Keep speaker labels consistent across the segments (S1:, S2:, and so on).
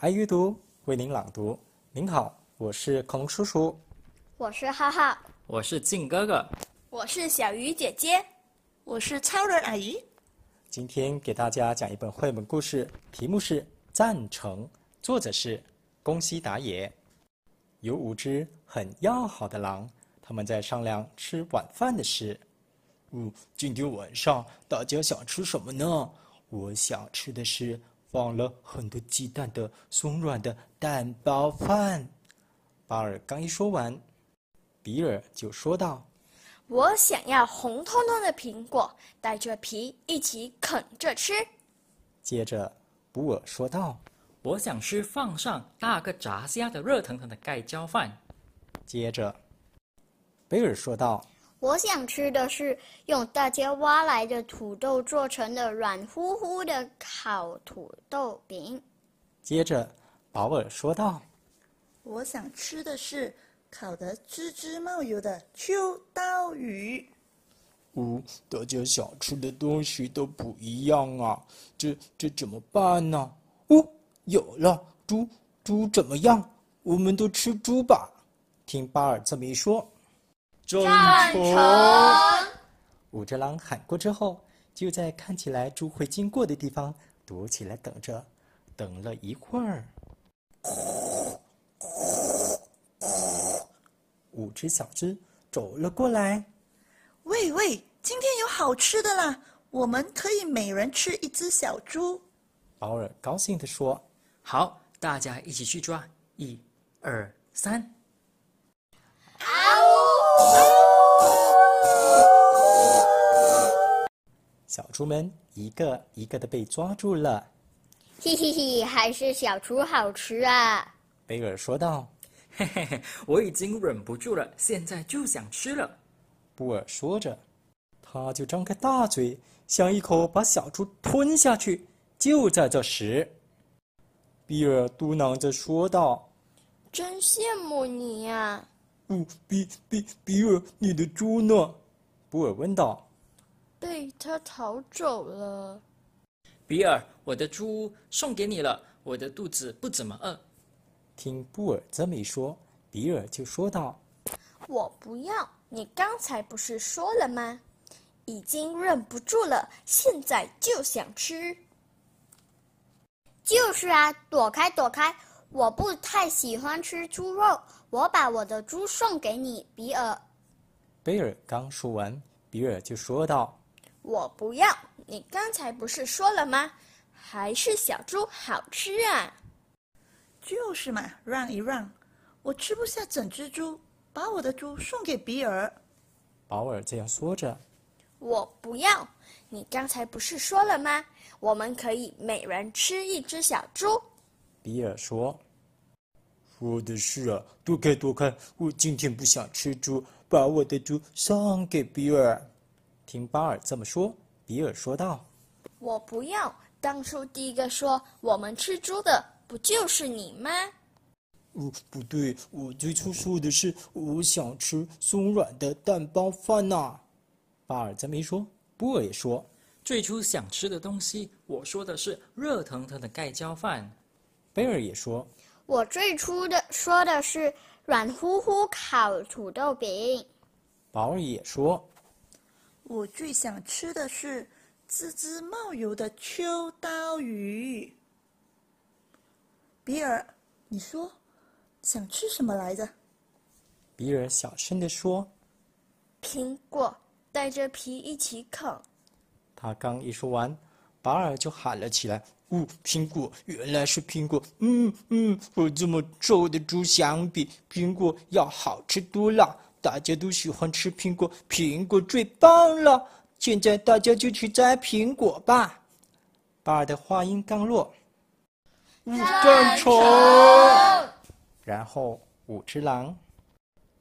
S1: 爱阅读为您朗读。您好，我是恐龙叔叔。
S2: 我是浩浩，
S3: 我是靖哥哥，
S4: 我是小鱼姐姐，
S5: 我是超人阿姨。
S1: 今天给大家讲一本绘本故事，题目是《赞成》，作者是宫西达也。有五只很要好的狼，他们在商量吃晚饭的事。嗯，今天晚上大家想吃什么呢？我想吃的是放了很多鸡蛋的松软的蛋包饭。巴尔刚一说完，比尔就说道
S4: 我想要红彤彤的苹果，带着皮一起啃着吃。：“
S1: 接着，布尔说道。”
S3: 我想吃放上大个炸虾的热腾腾的盖浇饭。
S1: 接着，贝尔说道
S2: 我想吃的是用大家挖来的土豆做成的软乎乎的烤土豆饼。：“
S1: 接着，保尔说道。
S5: 我想吃的是烤得滋滋冒油的秋刀鱼。
S1: 哦，大家想吃的东西都不一样啊，这这怎么办呢？哦，有了，猪猪怎么样？我们都吃猪吧。听巴尔这么一说，赞成。五只狼喊过之后，就在看起来猪会经过的地方躲起来等着。等了一会儿，五只小猪走了过来。
S5: 喂喂，今天有好吃的啦！我们可以每人吃一只小猪。
S1: 保尔高兴地说
S3: 好，大家一起去抓，一、二、三。
S1: 小猪们一个一个的被抓住了。
S2: 嘿嘿嘿，还是小厨好吃啊！
S1: 贝尔说道，
S3: 嘿嘿嘿，我已经忍不住了，现在就想吃了。
S1: 布尔说着，他就张开大嘴，想一口把小猪吞下去。就在这时，比尔嘟囔着说道
S4: 真羡慕你啊呀、：“
S1: 嗯，比比比尔，你的猪呢？”布尔问道。
S4: 被他逃走了。
S3: 比尔，我的猪送给你了，我的肚子不怎么饿。
S1: 听布尔这么一说，比尔就说道
S4: 我不要，你刚才不是说了吗？已经忍不住了，现在就想吃。
S2: 就是啊，躲开躲开，我不太喜欢吃猪肉，我把我的猪送给你，比尔。：“
S1: 贝尔刚说完，比尔就说道。”
S4: 我不要，你刚才不是说了吗？还是小猪好吃啊！
S5: 就是嘛，让一让，我吃不下整只猪，把我的猪送给比尔。
S1: 保尔这样说着，
S4: 我不要，你刚才不是说了吗？我们可以每人吃一只小猪。
S1: 比尔说：“我的事啊，躲开躲开！我今天不想吃猪，把我的猪送给比尔。”听巴尔这么说，比尔说道
S4: 我不要，当初第一个说我们吃猪的不就是你吗？：“
S1: 哦，不对，我最初说的是我想吃松软的蛋包饭呐、巴尔这么一说，波尔也说
S3: 最初想吃的东西，我说的是热腾腾的盖浇饭。：“
S1: 贝尔也说。
S2: 我最初的说的是软乎乎烤土豆饼。”
S1: 保尔也说
S5: 我最想吃的是滋滋冒油的秋刀鱼。比尔，你说想吃什么来着？：“
S1: 比尔小声地说。
S4: 苹果带着皮一起啃，”
S1: 他刚一说完，保尔就喊了起来：“哦，苹果，原来是苹果！嗯嗯，和这么臭的猪相比，苹果要好吃多了。大家都喜欢吃苹果，苹果最棒了！现在大家就去摘苹果吧。”巴尔的话音刚落，赞成。然后五只狼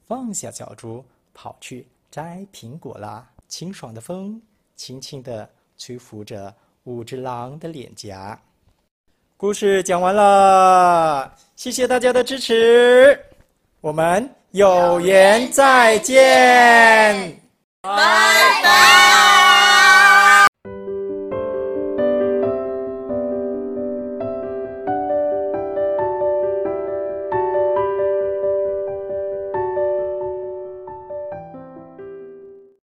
S1: 放下小猪，跑去摘苹果啦。清爽的风轻轻地吹拂着五只狼的脸颊。故事讲完了，谢谢大家的支持，我们有缘再见。